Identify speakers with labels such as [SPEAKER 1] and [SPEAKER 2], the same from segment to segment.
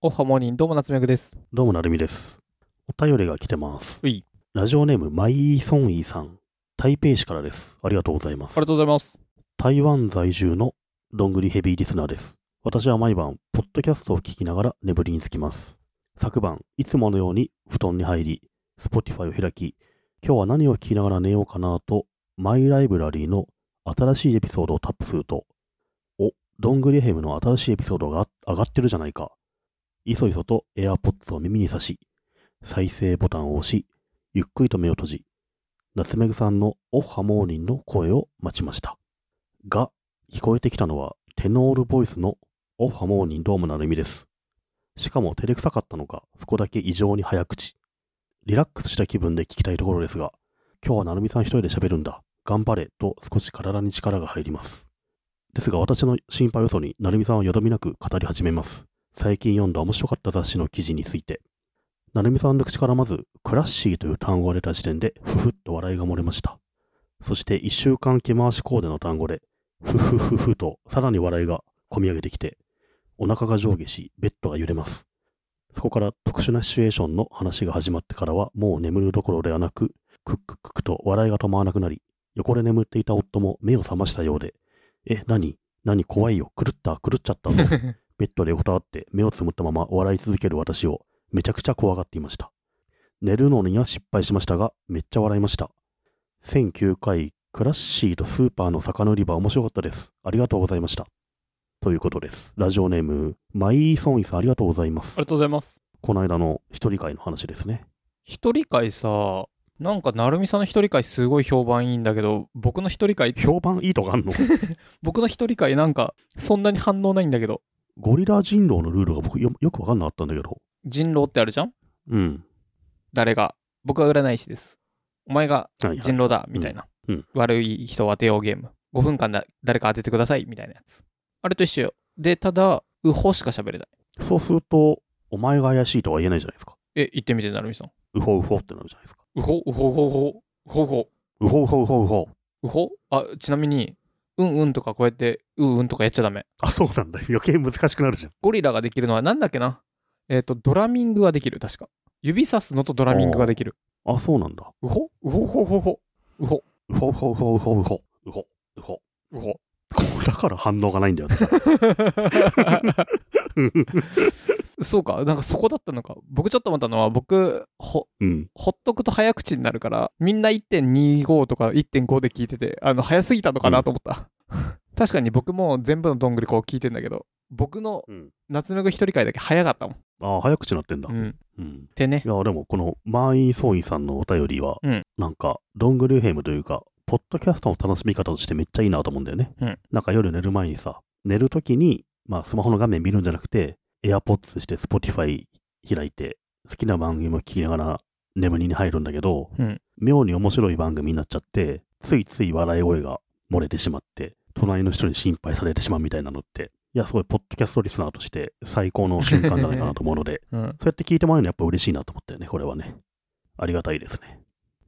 [SPEAKER 1] おはモーニンどうも夏目くです。
[SPEAKER 2] どうもなるみです。お便りが来てます。
[SPEAKER 1] うい。
[SPEAKER 2] ラジオネーム、マイーソンイーさん。台北市からです。ありがとうございま
[SPEAKER 1] あ
[SPEAKER 2] す
[SPEAKER 1] りが。とうござい ます。
[SPEAKER 2] 台湾在住のどんぐりヘビーリスナーです。私は毎晩、ポッドキャストを聞きながら眠りにつきます。昨晩、いつものように布団に入り、Spotify を開き、今日は何を聞きながら寝ようかなと、マイライブラリーの新しいエピソードをタップすると、お、どんぐりヘムの新しいエピソードが上がってるじゃないか。いそいそと AirPods を耳に差し、再生ボタンを押し、ゆっくりと目を閉じ、夏目ぐさんのオッハモーニンの声を待ちました。が、聞こえてきたのはテノールボイスのオッハモーニンドームなる意味です。しかも照れくさかったのか、そこだけ異常に早口。リラックスした気分で聞きたいところですが、今日はなるみさん一人で喋るんだ。頑張れと少し体に力が入ります。ですが私の心配予想になるみさんはよどみなく語り始めます。最近読んだ面白かった雑誌の記事について。なるみさんの口からまず、クラッシーという単語が出た時点で、ふふっと笑いが漏れました。そして一週間着回しコーデの単語で、ふふふふと、さらに笑いが込み上げてきて、お腹が上下し、ベッドが揺れます。そこから特殊なシチュエーションの話が始まってからは、もう眠るどころではなく、クックックックと笑いが止まらなくなり、横で眠っていた夫も目を覚ましたようで、え、何何怖いよ。狂った狂っちゃった。とベッドで横たわって目をつむったまま笑い続ける私をめちゃくちゃ怖がっていました。寝るのには失敗しましたが、めっちゃ笑いました。1009回、クラッシーとスーパーの魚売り場面白かったです。ありがとうございました。ということです。ラジオネーム、マイーソンイさんありがとうございま
[SPEAKER 1] あ
[SPEAKER 2] す
[SPEAKER 1] りが。とうございます。
[SPEAKER 2] この間の一人会の話ですね。
[SPEAKER 1] 一人会さ、なんかなるみさんの一人会すごい評判いいんだけど、僕の一人会、
[SPEAKER 2] 評判いいとかあん の
[SPEAKER 1] 僕の一人会なんかそんなに反応ないんだけど、
[SPEAKER 2] ゴリラ人狼のルールが僕よよくわかんなかったんだけど。
[SPEAKER 1] 人狼ってあるじゃん
[SPEAKER 2] うん。
[SPEAKER 1] 誰が。僕は占い師です。お前が
[SPEAKER 2] はいはい
[SPEAKER 1] 人狼だ、みたいな。
[SPEAKER 2] うんうん
[SPEAKER 1] 悪い人を当てようゲーム。5分間だ誰か当ててください、みたいなやつ。あれと一緒よ。で、ただ、ウホしか喋れない。
[SPEAKER 2] そうすると、お前が怪しいとは言えないじゃないですか。
[SPEAKER 1] え、言ってみて、なるみさん。
[SPEAKER 2] うほうほってなるじゃないですか。
[SPEAKER 1] ウホ、ウホ、ウホ、ウホ、ウホ、ウホ。
[SPEAKER 2] うほうほうほうほう。
[SPEAKER 1] うほあちなみにうんうんとかこうやってうんうんとかやっちゃダメ
[SPEAKER 2] あ、そうなんだ。余計難しくなるじゃん。
[SPEAKER 1] ゴリラができるのはなんだっけなえっ、とドラミングができる確か指さすのとドラミングができる
[SPEAKER 2] あ、そうなんだ。
[SPEAKER 1] うほうほうほうほうほううほ
[SPEAKER 2] うほうほうほうほうほう。うほうほ
[SPEAKER 1] うほ
[SPEAKER 2] う。だから反応がないんだよね。
[SPEAKER 1] そうかなんかそこだったのか僕ちょっと思ったのは僕ほ
[SPEAKER 2] うん。
[SPEAKER 1] ほっとくと早口になるからみんな1.25とか1.5で聞いててあの早すぎたのかなと思った、確かに僕も全部のどんぐりこう聞いてんだけど僕の
[SPEAKER 2] うん。
[SPEAKER 1] 夏目く一人会だけ早かったもん
[SPEAKER 2] あ、早口なってんだ。
[SPEAKER 1] うん
[SPEAKER 2] うん。
[SPEAKER 1] でね
[SPEAKER 2] いや、でも、この、マーイン・ソーインさんのお便りは、
[SPEAKER 1] うん
[SPEAKER 2] なんか、ロングルーヘムというか、ポッドキャストの楽しみ方としてめっちゃいいなと思うんだよね。
[SPEAKER 1] うん
[SPEAKER 2] なんか夜寝る前にさ、寝るときに、まあ、スマホの画面見るんじゃなくて、AirPods して Spotify 開いて、好きな番組も聞きながら眠りに入るんだけど、
[SPEAKER 1] うん
[SPEAKER 2] 妙に面白い番組になっちゃって、ついつい笑い声が漏れてしまって、隣の人に心配されてしまうみたいなのって、いや、すごい、ポッドキャストリスナーとして最高の瞬間じゃないかなと思うので、
[SPEAKER 1] うん
[SPEAKER 2] そうやって聞いてもらえるのやっぱ嬉しいなと思ったよね、これはね。ありがたいですね。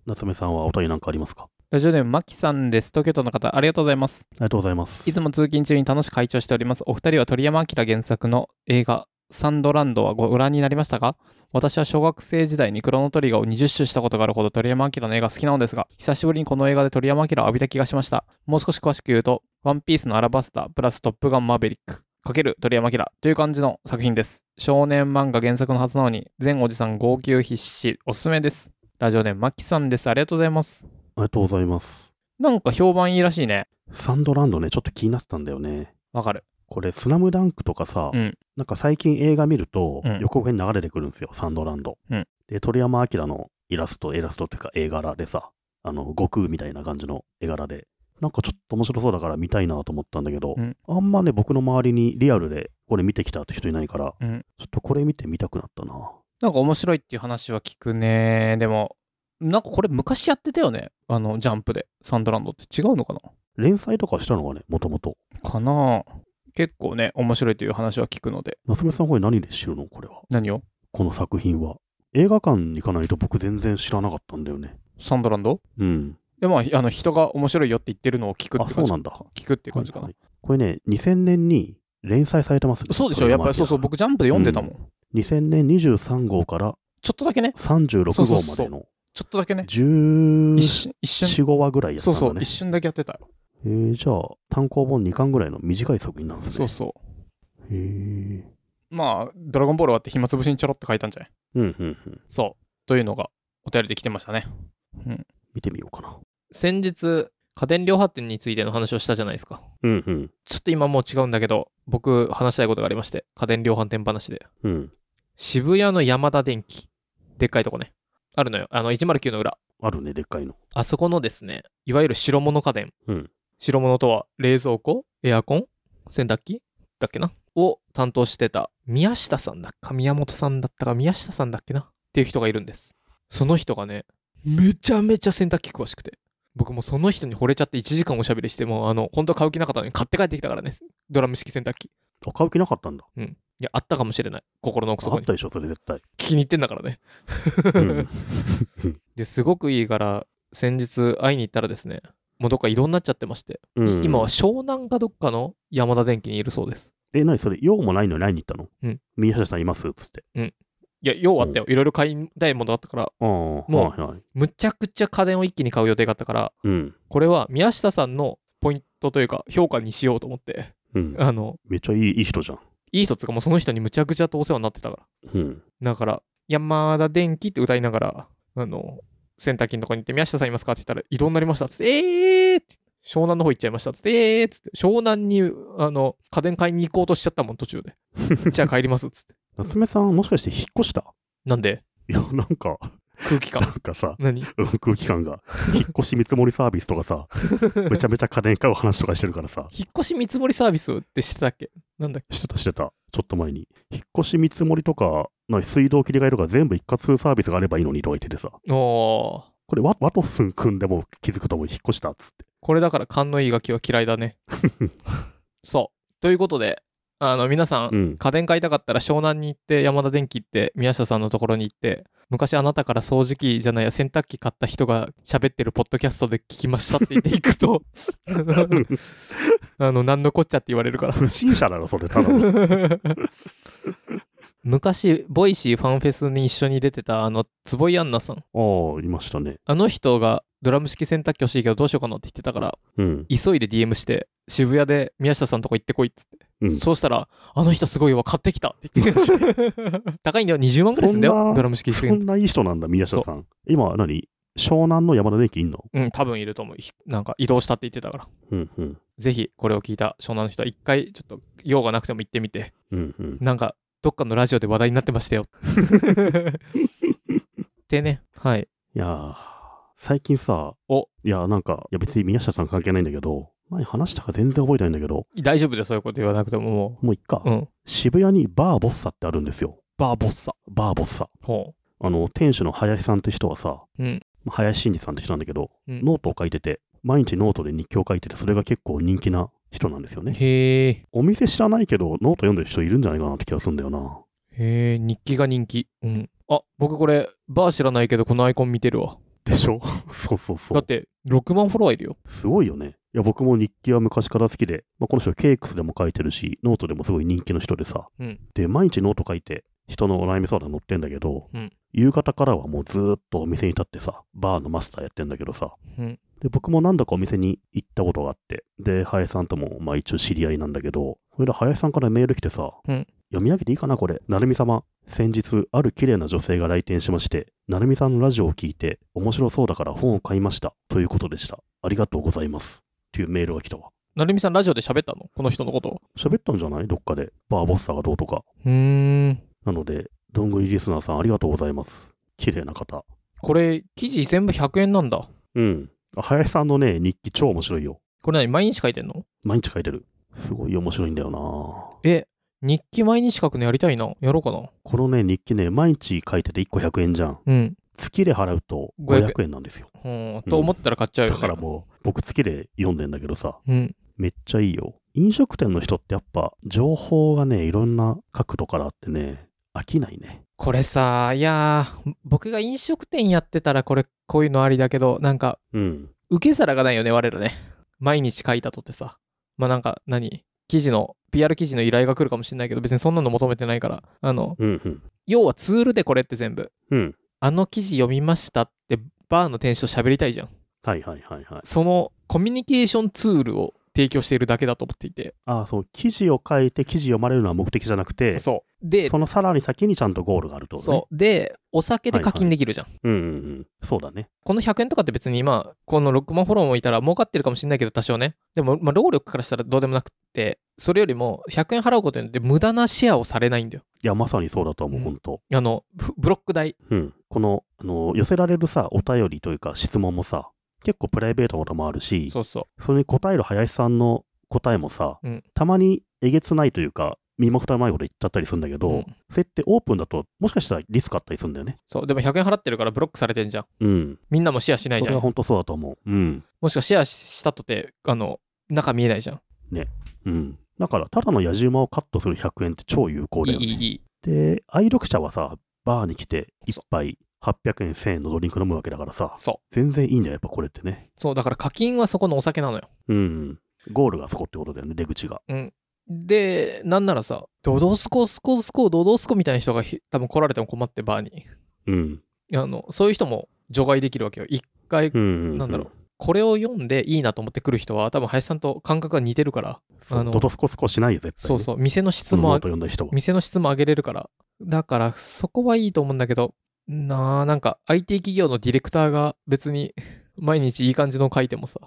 [SPEAKER 2] 夏目さんはお便りなんかありますか
[SPEAKER 1] ラジオネームマキさんです。東京都の方、ありがとうございます。
[SPEAKER 2] ありがとうございます。
[SPEAKER 1] いつも通勤中に楽しく会長しております。お二人は鳥山明原作の映画、サンドランドはご覧になりましたか私は小学生時代にクロノトリガーを20周したことがあるほど鳥山明の映画好きなのですが、久しぶりにこの映画で鳥山明を浴びた気がしました。もう少し詳しく言うと、ワンピースのアラバスタプラストップガンマーベリック。かける鳥山明という感じの作品です。少年漫画原作のはずなのに、全おじさん号泣必至、おすすめです。ラジオネームマキさんです。ありがとうございます。
[SPEAKER 2] ありがとうございます。
[SPEAKER 1] なんか評判いいらしいね。
[SPEAKER 2] サンドランドね、ちょっと気になってたんだよね。
[SPEAKER 1] わかる。
[SPEAKER 2] これ、スラムダンクとかさ、
[SPEAKER 1] うん
[SPEAKER 2] なんか最近映画見ると
[SPEAKER 1] うん、
[SPEAKER 2] 予告編流れてくるんですよ、サンドランド。
[SPEAKER 1] うん
[SPEAKER 2] で、鳥山明のイラスト、イラストっていうか絵柄でさ、あの、悟空みたいな感じの絵柄で、なんかちょっと面白そうだから見たいなと思ったんだけど、
[SPEAKER 1] うん
[SPEAKER 2] あんまね、僕の周りにリアルでこれ見てきたって人いないから、
[SPEAKER 1] うん
[SPEAKER 2] ちょっとこれ見てみたくなったな。
[SPEAKER 1] なんか面白いっていう話は聞くね。でも、なんかこれ昔やってたよね。あの、ジャンプで。サンドランドって違うのかな
[SPEAKER 2] 連載とかしたのがね、もともと。
[SPEAKER 1] かな結構ね、面白いという話は聞くので。
[SPEAKER 2] 夏目さんこれ何で知るのこれは。
[SPEAKER 1] 何を
[SPEAKER 2] この作品は。映画館に行かないと僕全然知らなかったんだよね。
[SPEAKER 1] サンドランド
[SPEAKER 2] うん。
[SPEAKER 1] で、まあ、あの、人が面白いよって言ってるのを聞くって
[SPEAKER 2] あそ
[SPEAKER 1] 感
[SPEAKER 2] う
[SPEAKER 1] じ
[SPEAKER 2] なんだ
[SPEAKER 1] 聞くって感じかな。
[SPEAKER 2] はいはいこれね、2000年に連載されてますね、
[SPEAKER 1] そうでしょやっぱりそうそう、
[SPEAKER 2] 僕。
[SPEAKER 1] 僕ジャンプで読んでたもん。
[SPEAKER 2] 2023号から
[SPEAKER 1] ちょっとだけね、
[SPEAKER 2] 36号ま
[SPEAKER 1] そうそうそ
[SPEAKER 2] で
[SPEAKER 1] う
[SPEAKER 2] の
[SPEAKER 1] ちょっとだけね、
[SPEAKER 2] 14
[SPEAKER 1] 一、瞬、一瞬、
[SPEAKER 2] 15話ぐらいやった
[SPEAKER 1] そう
[SPEAKER 2] んだ
[SPEAKER 1] そう、
[SPEAKER 2] ね
[SPEAKER 1] 一。瞬だけやってたよ。
[SPEAKER 2] えーじゃあ、単行本2巻ぐらいの短い作品なんですね。
[SPEAKER 1] そうそう。
[SPEAKER 2] へー
[SPEAKER 1] まあ、ドラゴンボール終わって暇つぶしにちょろっと書いたんじゃない
[SPEAKER 2] うんうんうん。
[SPEAKER 1] そう。というのが、お便りで来てましたね。うん。
[SPEAKER 2] 見てみようかな。
[SPEAKER 1] 先日、家電量販店についての話をしたじゃないですか。
[SPEAKER 2] うんうん。
[SPEAKER 1] ちょっと今もう違うんだけど、僕、話したいことがありまして、家電量販店話で。
[SPEAKER 2] うん。
[SPEAKER 1] 渋谷の山田電機。でっかいとこね。あるのよ。あの、109の裏。
[SPEAKER 2] あるね、でっかいの。
[SPEAKER 1] あそこのですね、いわゆる白物家電。
[SPEAKER 2] うん
[SPEAKER 1] 白物とは、冷蔵庫、エアコン、洗濯機だっけなを担当してた、宮下さんだっか、宮本さんだったか、宮下さんだっけなっていう人がいるんです。その人がね、めちゃめちゃ洗濯機詳しくて。僕もうその人に惚れちゃって1時間おしゃべりしてもう、あの、本当は買う気なかったのに買って帰ってきたからね、ドラム式洗濯機。い
[SPEAKER 2] あ、買う気なかったんだ。
[SPEAKER 1] や、あったかもしれない。心の奥
[SPEAKER 2] あ
[SPEAKER 1] 底
[SPEAKER 2] っ
[SPEAKER 1] に。
[SPEAKER 2] たでしょ、それ絶 対。
[SPEAKER 1] 気に入ってんだからね。
[SPEAKER 2] うん
[SPEAKER 1] ですごくいいから先日会いに行ったらですねもうどっか移動になっちゃってまして、い
[SPEAKER 2] うん
[SPEAKER 1] 今は湘南かどっかの山田電機にいるそうです
[SPEAKER 2] え、なにそれ、用もないのに何に行ったの
[SPEAKER 1] うん。
[SPEAKER 2] 宮下さんいますつって。
[SPEAKER 1] いやようあったよ、いろいろ買いたいものだったから
[SPEAKER 2] ああ、
[SPEAKER 1] も
[SPEAKER 2] はいはい。
[SPEAKER 1] むちゃくちゃ家電を一気に買う予定があったから
[SPEAKER 2] うん。
[SPEAKER 1] これは宮下さんのポイントというか評価にしようと思って
[SPEAKER 2] うん。
[SPEAKER 1] あの
[SPEAKER 2] めっちゃいいいい人じゃん。
[SPEAKER 1] いい人っつうかもうその人にむちゃくちゃとお世話になってたから
[SPEAKER 2] うん。
[SPEAKER 1] だから山田電機って歌いながらあの洗濯機のとこに行って宮下さんいますかって言ったら移動になりましたっつってえーって湘南の方行っちゃいましたっつってえーっつって湘南にあの家電買いに行こうとしちゃったもん途中でじゃあ帰りますっつって
[SPEAKER 2] 夏目さん、もしかして引っ越した
[SPEAKER 1] なんで
[SPEAKER 2] いや、なんか、
[SPEAKER 1] 空気
[SPEAKER 2] な
[SPEAKER 1] 感
[SPEAKER 2] んかさ、
[SPEAKER 1] 何
[SPEAKER 2] うん空気感が、引っ越し見積もりサービスと かさ、めちゃめちゃ家電買う話とかしてるからさ、
[SPEAKER 1] 引っ越し見積もりサービスってしてたっけなんだっけ
[SPEAKER 2] してたしてた、ちょっと前に、引っ越し見積もりとか、な水道切り替えとか全部一括サービスがあればいいのにとか言っててさ、
[SPEAKER 1] おー
[SPEAKER 2] これワ、ワトスン君でも気づくと思う、引っ越したっつって。
[SPEAKER 1] これだから勘のいいガキは嫌いだ ねそうということであの皆さん
[SPEAKER 2] うん。
[SPEAKER 1] 家電買いたかったら湘南に行って山田電機行って宮下さんのところに行って昔あなたから掃除機じゃないや洗濯機買った人が喋ってるポッドキャストで聞きましたって言っていく とあの何のこっちゃって言われるから
[SPEAKER 2] 不審者なの、それ、ただの。
[SPEAKER 1] 昔ボイシーファンフェスに一緒に出てたあの坪井杏奈さん
[SPEAKER 2] ああ、いましたね。
[SPEAKER 1] あの人がドラム式洗濯機欲しいけどどうしようかなって言ってたから
[SPEAKER 2] うん。
[SPEAKER 1] 急いで DM して渋谷で宮下さんとこ行ってこいっつって、
[SPEAKER 2] うん
[SPEAKER 1] そうしたら「あの人すごいわ買ってきた」って言って 高いんだよ20万ぐらいするんだ
[SPEAKER 2] そん
[SPEAKER 1] よ
[SPEAKER 2] な
[SPEAKER 1] ドラム式スクリ
[SPEAKER 2] そ
[SPEAKER 1] ーン
[SPEAKER 2] んないい人なんだ、宮下さん。今、何湘南の山田電機いんの
[SPEAKER 1] うん多分いると思うひなんか移動したって言ってたから
[SPEAKER 2] うんうん。
[SPEAKER 1] ぜひこれを聞いた湘南の人は一回ちょっと用がなくても行ってみて
[SPEAKER 2] うんうん。
[SPEAKER 1] なんかどっかのラジオで話題になってましたよでねはい
[SPEAKER 2] いやー、最近さ、
[SPEAKER 1] お
[SPEAKER 2] いや、なんか、いや別に宮下さん関係ないんだけど、前話したか全然覚えてないんだけど、
[SPEAKER 1] 大丈夫でそういうこと言わなくてもも
[SPEAKER 2] もういっか、
[SPEAKER 1] ううん
[SPEAKER 2] 渋谷にバーボッサってあるんですよ。
[SPEAKER 1] バーボッサ
[SPEAKER 2] バーボッサ。
[SPEAKER 1] ほ
[SPEAKER 2] あの、店主の林さんって人はさ、
[SPEAKER 1] ううん
[SPEAKER 2] まあ林真二さんって人なんだけど、
[SPEAKER 1] うん
[SPEAKER 2] ノートを書いてて、毎日ノートで日記を書いてて、それが結構人気な人なんですよね。
[SPEAKER 1] へえ
[SPEAKER 2] お店知らないけど、ノート読んでる人いるんじゃないかなって気がするんだよな。
[SPEAKER 1] へえ、日記が人気。うん。あ、僕これ、バー知らないけど、このアイコン見てるわ。
[SPEAKER 2] でしょそうそうそ
[SPEAKER 1] だっ
[SPEAKER 2] う。
[SPEAKER 1] て、6万フォロワーいるよ。
[SPEAKER 2] すごいよね。いや、僕も日記は昔から好きで、まあ、この人ケイクスでも書いてるし、ノートでもすごい人気の人でさ、
[SPEAKER 1] うん
[SPEAKER 2] で、毎日ノート書いて、人のお悩み相談載ってんだけど、
[SPEAKER 1] うん
[SPEAKER 2] 夕方からはもうずーっとお店に立ってさ、バーのマスターやってんだけどさ、
[SPEAKER 1] うん。
[SPEAKER 2] で、僕も何だかお店に行ったことがあって、で、林さんとも、まあ一応知り合いなんだけど、それで林さんからメール来てさ、
[SPEAKER 1] うん
[SPEAKER 2] 読み上げていいかなこれ。なるみ様、先日、ある綺麗な女性が来店しまして、なるみさんのラジオを聞いて、面白そうだから本を買いました。ということでした。ありがとうございます。っていうメールが来たわ。
[SPEAKER 1] なるみさん、ラジオで喋ったのこの人のこと。
[SPEAKER 2] 喋ったんじゃないどっかで。バーボッサーがどうとか。
[SPEAKER 1] うーん。
[SPEAKER 2] なので、どんぐりリスナーさんありがとうございます。綺麗な方。
[SPEAKER 1] これ、記事全部100円なんだ。
[SPEAKER 2] うん。あ林さんのね、日記超面白いよ。
[SPEAKER 1] これ何毎日書いてんの
[SPEAKER 2] 毎日書いてる。すごい面白いんだよな
[SPEAKER 1] え、日記毎日書くのやりたいな。やろうかな。
[SPEAKER 2] このね、日記ね、毎日書いてて1個100円じゃん。
[SPEAKER 1] うん。
[SPEAKER 2] 月で払うと
[SPEAKER 1] 500円
[SPEAKER 2] 500円なんですよ。
[SPEAKER 1] うん。と思ったら買っちゃうよ、
[SPEAKER 2] だ
[SPEAKER 1] ね
[SPEAKER 2] からもう、僕月で読んでんだけどさ、
[SPEAKER 1] う。うん。
[SPEAKER 2] めっちゃいいよ。飲食店の人ってやっぱ、情報がね、いろんな角度からあってね、飽きないね。
[SPEAKER 1] これさ、いやー、僕が飲食店やってたら、これ、こういうのありだけど、なんか、
[SPEAKER 2] うん。
[SPEAKER 1] 受け皿がないよね、我らね。毎日書いたとってさ。まあなんか何、記事の、PR 記事の依頼が来るかもしれないけど、別にそんなの求めてないから、あの、
[SPEAKER 2] うんうん。
[SPEAKER 1] 要はツールでこれって全部、
[SPEAKER 2] うん。
[SPEAKER 1] あの記事読みましたって、バーの店主と喋りたいじゃん。
[SPEAKER 2] はいはいはいはい。
[SPEAKER 1] そのコミュニケーションツールを提供しているだけだと思っていて、
[SPEAKER 2] ああ、そう、記事を書いて記事読まれるのは目的じゃなくて、そ
[SPEAKER 1] そう。で、
[SPEAKER 2] のさらに先にちゃんとゴールがあるってことね。
[SPEAKER 1] そう。で、お酒で課金できるじゃん。
[SPEAKER 2] う。うんうんうん。そうだね。
[SPEAKER 1] この100円とかって別に今、この6万フォローもいたら儲かってるかもしれないけど、多少ね。でも、まあ、労力からしたらどうでもなくって、それよりも100円払うことによって無駄なシェアをされないんだよ。
[SPEAKER 2] いや、まさにそうだと思う、
[SPEAKER 1] うん
[SPEAKER 2] 本当
[SPEAKER 1] あの、ふブロック代。
[SPEAKER 2] うん。この、あの、寄せられるさ、お便りというか質問もさ、結構プライベートなこともあるし、
[SPEAKER 1] そうそ
[SPEAKER 2] それに答える林さんの答えもさ、
[SPEAKER 1] うん
[SPEAKER 2] たまにえげつないというか、身も蓋もないこと言っちゃったりするんだけど、
[SPEAKER 1] うん
[SPEAKER 2] それってオープンだと、もしかしたらリスクあったりするんだよね
[SPEAKER 1] う。。そう。でも100円払ってるからブロックされてんじゃん。
[SPEAKER 2] うん。
[SPEAKER 1] みんなもシェアしない
[SPEAKER 2] そ
[SPEAKER 1] じゃ
[SPEAKER 2] れは
[SPEAKER 1] ん。
[SPEAKER 2] 本当そうだと思う。うん。
[SPEAKER 1] もしくはシェアしたとて、あの、中見えないじゃん。
[SPEAKER 2] うん。だから、ただの野じ馬をカットする100円って超有効
[SPEAKER 1] い
[SPEAKER 2] だ
[SPEAKER 1] い
[SPEAKER 2] よ、ね。
[SPEAKER 1] いいいい。
[SPEAKER 2] で、愛読者はさ、バーに来て、一
[SPEAKER 1] そ
[SPEAKER 2] 杯800円、1000円のドリンク飲むわけだからさ、
[SPEAKER 1] そ
[SPEAKER 2] 全然いいんだよ、やっぱこれってね。
[SPEAKER 1] う。そう。だから課金はそこのお酒なのよ。
[SPEAKER 2] うん。ゴールがそこってことだよね、出口が。
[SPEAKER 1] で、なんならさ、ドドスコスコスコドドスコみたいな人がひ多分来られても困って、バーに。
[SPEAKER 2] うん。
[SPEAKER 1] あの、そういう人も除外できるわけよ。一回
[SPEAKER 2] うんうん、うん。
[SPEAKER 1] なんだろこれを読んでいいなと思ってくる人は多分林さんと感覚が似てるから
[SPEAKER 2] そう
[SPEAKER 1] あの
[SPEAKER 2] ドドスコスコしないよ、絶対。
[SPEAKER 1] そうそう店の質
[SPEAKER 2] 質問
[SPEAKER 1] も
[SPEAKER 2] と呼んだ人は。
[SPEAKER 1] 店の質も上げれるからだからそこはいいと思うんだけどなあなんか IT 企業のディレクターが別に 毎日いい感じの書いても さ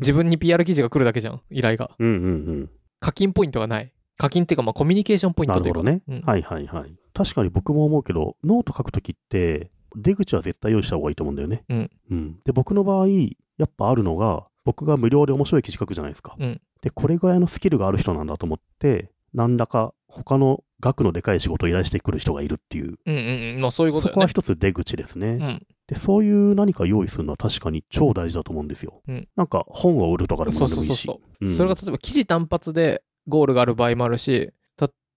[SPEAKER 1] 自分に PR 記事が来るだけじゃん依頼が
[SPEAKER 2] うんうんうん。
[SPEAKER 1] 課金ポイントがない課金っていうかまあコミュニケーションポイン
[SPEAKER 2] な
[SPEAKER 1] ト
[SPEAKER 2] る
[SPEAKER 1] とい
[SPEAKER 2] ほ
[SPEAKER 1] うか
[SPEAKER 2] どね、
[SPEAKER 1] うん
[SPEAKER 2] はいはいはい。確かに僕も思うけど、ノート書くときって、出口は絶対用意した方がいいと思うんだよね。
[SPEAKER 1] うん
[SPEAKER 2] で、僕の場合、やっぱあるのが、僕が無料で面白い記事書くじゃないですか。
[SPEAKER 1] うん
[SPEAKER 2] で、これぐらいのスキルがある人なんだと思って、何らか他の額のでかい仕事を依頼してくる人がいるっていう、
[SPEAKER 1] うんうんうんまあそういうこと
[SPEAKER 2] そ
[SPEAKER 1] だよ
[SPEAKER 2] こは
[SPEAKER 1] ね
[SPEAKER 2] 一つ出口ですね、
[SPEAKER 1] うん
[SPEAKER 2] で、そういう何か用意するのは確かに超大事だと思うんですよ。
[SPEAKER 1] うん
[SPEAKER 2] なんか本を売るとかでも
[SPEAKER 1] そう
[SPEAKER 2] 何
[SPEAKER 1] そ
[SPEAKER 2] でも
[SPEAKER 1] うそ
[SPEAKER 2] いいうし
[SPEAKER 1] そう。
[SPEAKER 2] うん
[SPEAKER 1] それが例えば記事単発でゴールがある場合もあるし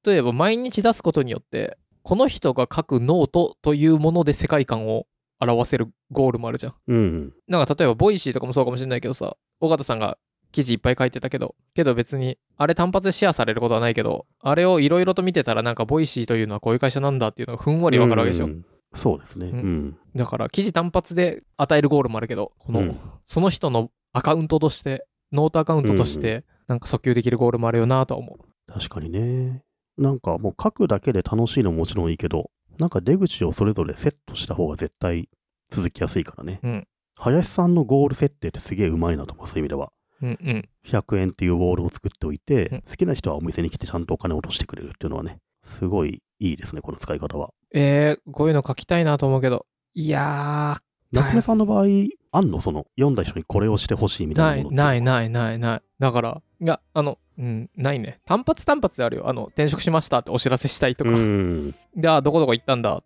[SPEAKER 1] 例えば毎日出すことによってこの人が書くノートというもので世界観を表せるゴールもあるじゃん。
[SPEAKER 2] うんうん。
[SPEAKER 1] なんか例えばボイシーとかもそうかもしれないけどさ尾形さんが記事いっぱい書いてたけどけど別にあれ単発でシェアされることはないけどあれをいろいろと見てたらなんかボイシーというのはこういう会社なんだっていうのがふんわりわかるわけでしょ、
[SPEAKER 2] うんうんそうですね。
[SPEAKER 1] うん
[SPEAKER 2] うん
[SPEAKER 1] だから記事単発で与えるゴールもあるけどこの、
[SPEAKER 2] うん
[SPEAKER 1] その人のアカウントとしてノートアカウントとし
[SPEAKER 2] う
[SPEAKER 1] てなんか訴求できるゴールもあるよなとは思う
[SPEAKER 2] 確かにね。なんかもう書くだけで楽しいのももちろんいいけど、なんか出口をそれぞれセットした方が絶対続きやすいからね。
[SPEAKER 1] うん
[SPEAKER 2] 林さんのゴール設定ってすげえうまいなと思う、そういう意味では。
[SPEAKER 1] うんうん
[SPEAKER 2] 100円っていうウォールを作っておいて、
[SPEAKER 1] うん
[SPEAKER 2] 好きな人はお店に来てちゃんとお金を落としてくれるっていうのはね、すごいいいですね、この使い方 は。
[SPEAKER 1] えー、こういうの書きたいなと思うけどいやはい
[SPEAKER 2] 夏目さんの場合、あんのその、読んだ人にこれをしてほしいみ
[SPEAKER 1] ー
[SPEAKER 2] た
[SPEAKER 1] ないい
[SPEAKER 2] なもの
[SPEAKER 1] ない
[SPEAKER 2] い。
[SPEAKER 1] ないないないだからいやあのうんないね単発単発であるよあの転職しましたってお知らせしたいとか、
[SPEAKER 2] うんうん
[SPEAKER 1] であーどこどこ行ったんだ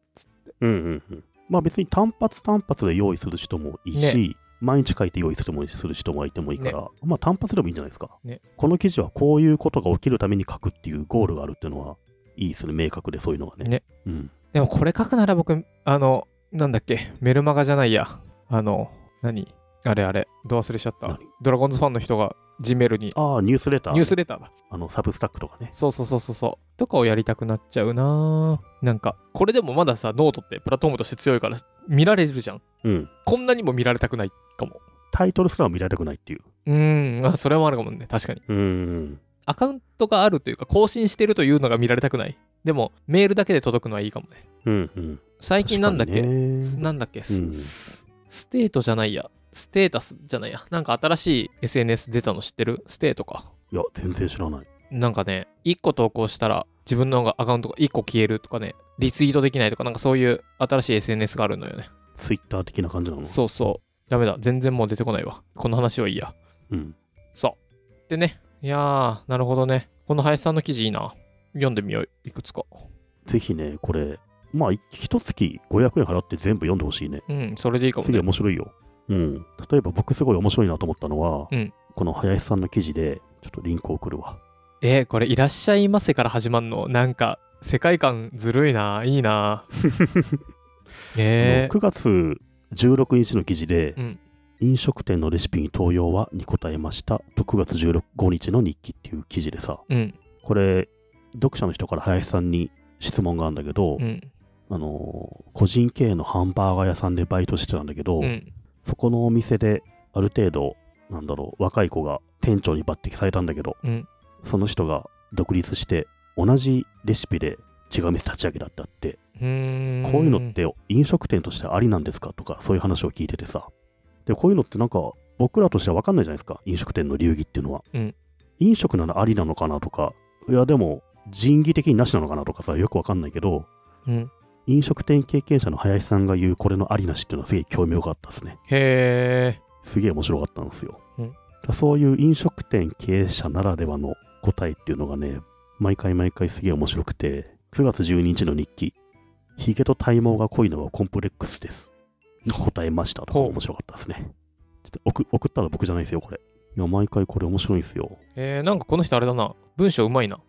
[SPEAKER 2] うんうんうん。まあ別に単発単発で用意する人もいいし、毎日書いて用意する人もいいしする人もいてもいいから、まあ単発でもいいんじゃないですか、
[SPEAKER 1] ね
[SPEAKER 2] この記事はこういうことが起きるために書くっていうゴールがあるっていうのは、いいですね、明確でそういうのがね。
[SPEAKER 1] ね
[SPEAKER 2] うん。
[SPEAKER 1] でもこれ書くなら僕あのなんだっけメルマガじゃないやあの何あれあれどう忘れしちゃった
[SPEAKER 2] 何
[SPEAKER 1] ドラゴンズファンの人が G メールに
[SPEAKER 2] ああ、ニュースレター。
[SPEAKER 1] ニュースレターだ
[SPEAKER 2] あの、サブスタックとかね。
[SPEAKER 1] そうそうそうそうそうとかをやりたくなっちゃうなーなんかこれでもまださノートってプラットフォームとして強いから見られるじゃん
[SPEAKER 2] うん。
[SPEAKER 1] こんなにも見られたくないかも。
[SPEAKER 2] タイトルすら見られたくないっていう。
[SPEAKER 1] うーん、あそれもあるかもね、確かに。
[SPEAKER 2] うん。
[SPEAKER 1] アカウントがあるというか、更新してるというのが見られたくない。でも、メールだけで届くのはいいかもね。
[SPEAKER 2] うんうん。
[SPEAKER 1] 最近なんだっけ、
[SPEAKER 2] 確かにね
[SPEAKER 1] なんだっけ、す
[SPEAKER 2] うん
[SPEAKER 1] すステートじゃないや。ステータスじゃないや。なんか新しい SNS 出たの知ってるステートか。
[SPEAKER 2] いや、全然知らない。
[SPEAKER 1] なんかね、1個投稿したら自分のがアカウントが1個消えるとかね、リツイートできないとか、なんかそういう新しい SNS があるのよね。
[SPEAKER 2] ツイッター的な感じなの。
[SPEAKER 1] そうそう。ダメだ。全然もう出てこないわ。この話はいいや。
[SPEAKER 2] うん。
[SPEAKER 1] そう。でね、いやー、なるほどね。この林さんの記事いいな。読んでみよう、いくつか。
[SPEAKER 2] ぜひね、これ、まあ、一月500円払って全部読んでほしいね。
[SPEAKER 1] うん、それでいいかも
[SPEAKER 2] すげえ
[SPEAKER 1] ね。
[SPEAKER 2] 面白いよ。うん。例えば僕すごい面白いなと思ったのは、
[SPEAKER 1] うん
[SPEAKER 2] この林さんの記事で、ちょっとリンク送るわ。
[SPEAKER 1] えーこれ、いらっしゃいませから始まんの。なんか、世界観ずるいな、いい な。ねえ
[SPEAKER 2] あの9月16日の記事で、
[SPEAKER 1] うん
[SPEAKER 2] 飲食店のレシピに東洋はに答えましたと9月16 5日の日記っていう記事でさ、
[SPEAKER 3] うん。
[SPEAKER 2] これ、読者の人から林さんに質問があるんだけど、
[SPEAKER 3] うん。
[SPEAKER 2] あのー個人経営のハンバーガー屋さんでバイトしてたんだけど、
[SPEAKER 3] うん。
[SPEAKER 2] そこのお店である程度、なんだろう、若い子が店長に抜擢されたんだけど、
[SPEAKER 3] うん
[SPEAKER 2] その人が独立して、同じレシピで違う店立ち上げたってあって、
[SPEAKER 3] うーん。
[SPEAKER 2] こういうのって飲食店としてありなんですかとか、そういう話を聞いててさ。で、こういうのってなんか、僕らとしては分かんないじゃないですか、飲食店の流儀っていうのは。
[SPEAKER 3] うん
[SPEAKER 2] 飲食ならありなのかなとか、いや、でも、人為的になしなのかなとかさ、よく分かんないけど、
[SPEAKER 3] うん。
[SPEAKER 2] 飲食店経験者の林さんが言うこれのありなしっていうのはすげえ興味深かったですね。
[SPEAKER 1] へ
[SPEAKER 2] すげえ面白かったんですよ。
[SPEAKER 3] うん
[SPEAKER 2] だからそういう飲食店経営者ならではの答えっていうのがね、毎回毎回すげえ面白くて、9月12日の日記、ヒゲと体毛が濃いのはコンプレックスです。に答えましたとか
[SPEAKER 1] ほう
[SPEAKER 2] 面白かったですね。ちょっと送送ったの僕じゃないですよ、これ。いや、毎回これ面白いんですよ。
[SPEAKER 1] え。えー、なんかこの人あれだな。文章うまいな。
[SPEAKER 2] い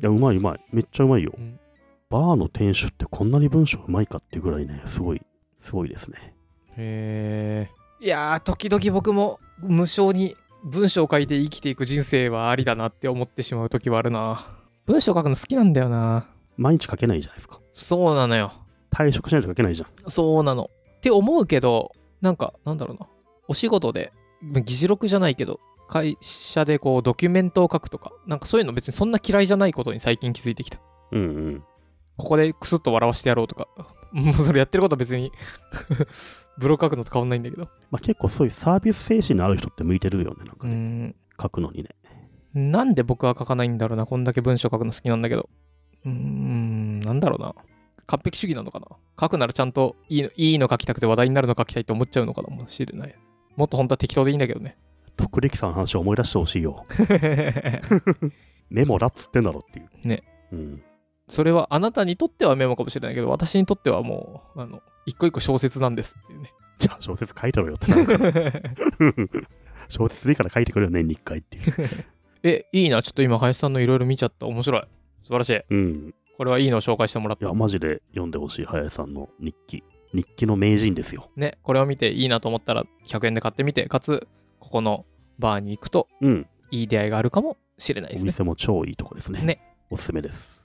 [SPEAKER 2] や、うまいうまい。めっちゃうまいよ。
[SPEAKER 3] うん
[SPEAKER 2] バーの店主ってこんなに文章うまいかっていうぐらいね、すごい、すごいですね。
[SPEAKER 1] へえ。いやー、時々僕も無性に文章を書いて生きていく人生はありだなって思ってしまう時はあるな。文章書くの好きなんだよな。
[SPEAKER 2] 毎日書けないじゃないですか。
[SPEAKER 1] そうなのよ。
[SPEAKER 2] 退職しないと書けないじゃん。
[SPEAKER 1] そうなの。って思うけど、なんか、なんだろうな。お仕事で、議事録じゃないけど、会社でこう、ドキュメントを書くとか、なんかそういうの別にそんな嫌いじゃないことに最近気づいてきた。
[SPEAKER 2] うんうん。
[SPEAKER 1] ここでクスッと笑わしてやろうとか、もうそれやってることは別に、 ブログ書くのと変わんないんだけど。
[SPEAKER 2] まあ、結構そういうサービス精神のある人って向いてるよね、なん
[SPEAKER 1] う
[SPEAKER 2] かね、
[SPEAKER 1] ん。
[SPEAKER 2] 書くのにね。
[SPEAKER 1] なんで僕は書かないんだろうな。こんだけ文章書くの好きなんだけど。うーん、なんだろうな。完璧主義なのかな。書くならちゃんといいのいいの書きたくて話題になるの書きたいって思っちゃうのかもしれない。もっと本当は適当でいいんだけどね。
[SPEAKER 2] 徳力さんの話を思い出してほしいよ。メモだっつってんだろっていう。
[SPEAKER 1] ね。
[SPEAKER 2] うん。
[SPEAKER 1] それはあなたにとってはメモかもしれないけど、私にとってはもう、あの、一個一個小説なんですっていうね。
[SPEAKER 2] じゃあ小説書いてろよってなる から。小説でいいから書いてくれよ、年に1回っていう。
[SPEAKER 1] え、いいな。ちょっと今、林さんのいろいろ見ちゃった。面白い。素晴らしい。
[SPEAKER 2] うん。
[SPEAKER 1] これはいいのを紹介してもらっ
[SPEAKER 2] いや、
[SPEAKER 1] た。
[SPEAKER 2] マジで読んでほしい、林さんの日記。日記の名人ですよ。
[SPEAKER 1] ね、これを見ていいなと思ったら、100円で買ってみて、かつ、ここのバーに行くと、
[SPEAKER 2] うん。
[SPEAKER 1] いい出会いがあるかもしれないで
[SPEAKER 2] お
[SPEAKER 1] すね。
[SPEAKER 2] 店も超いいとこですね。
[SPEAKER 1] ね
[SPEAKER 2] おすすめです。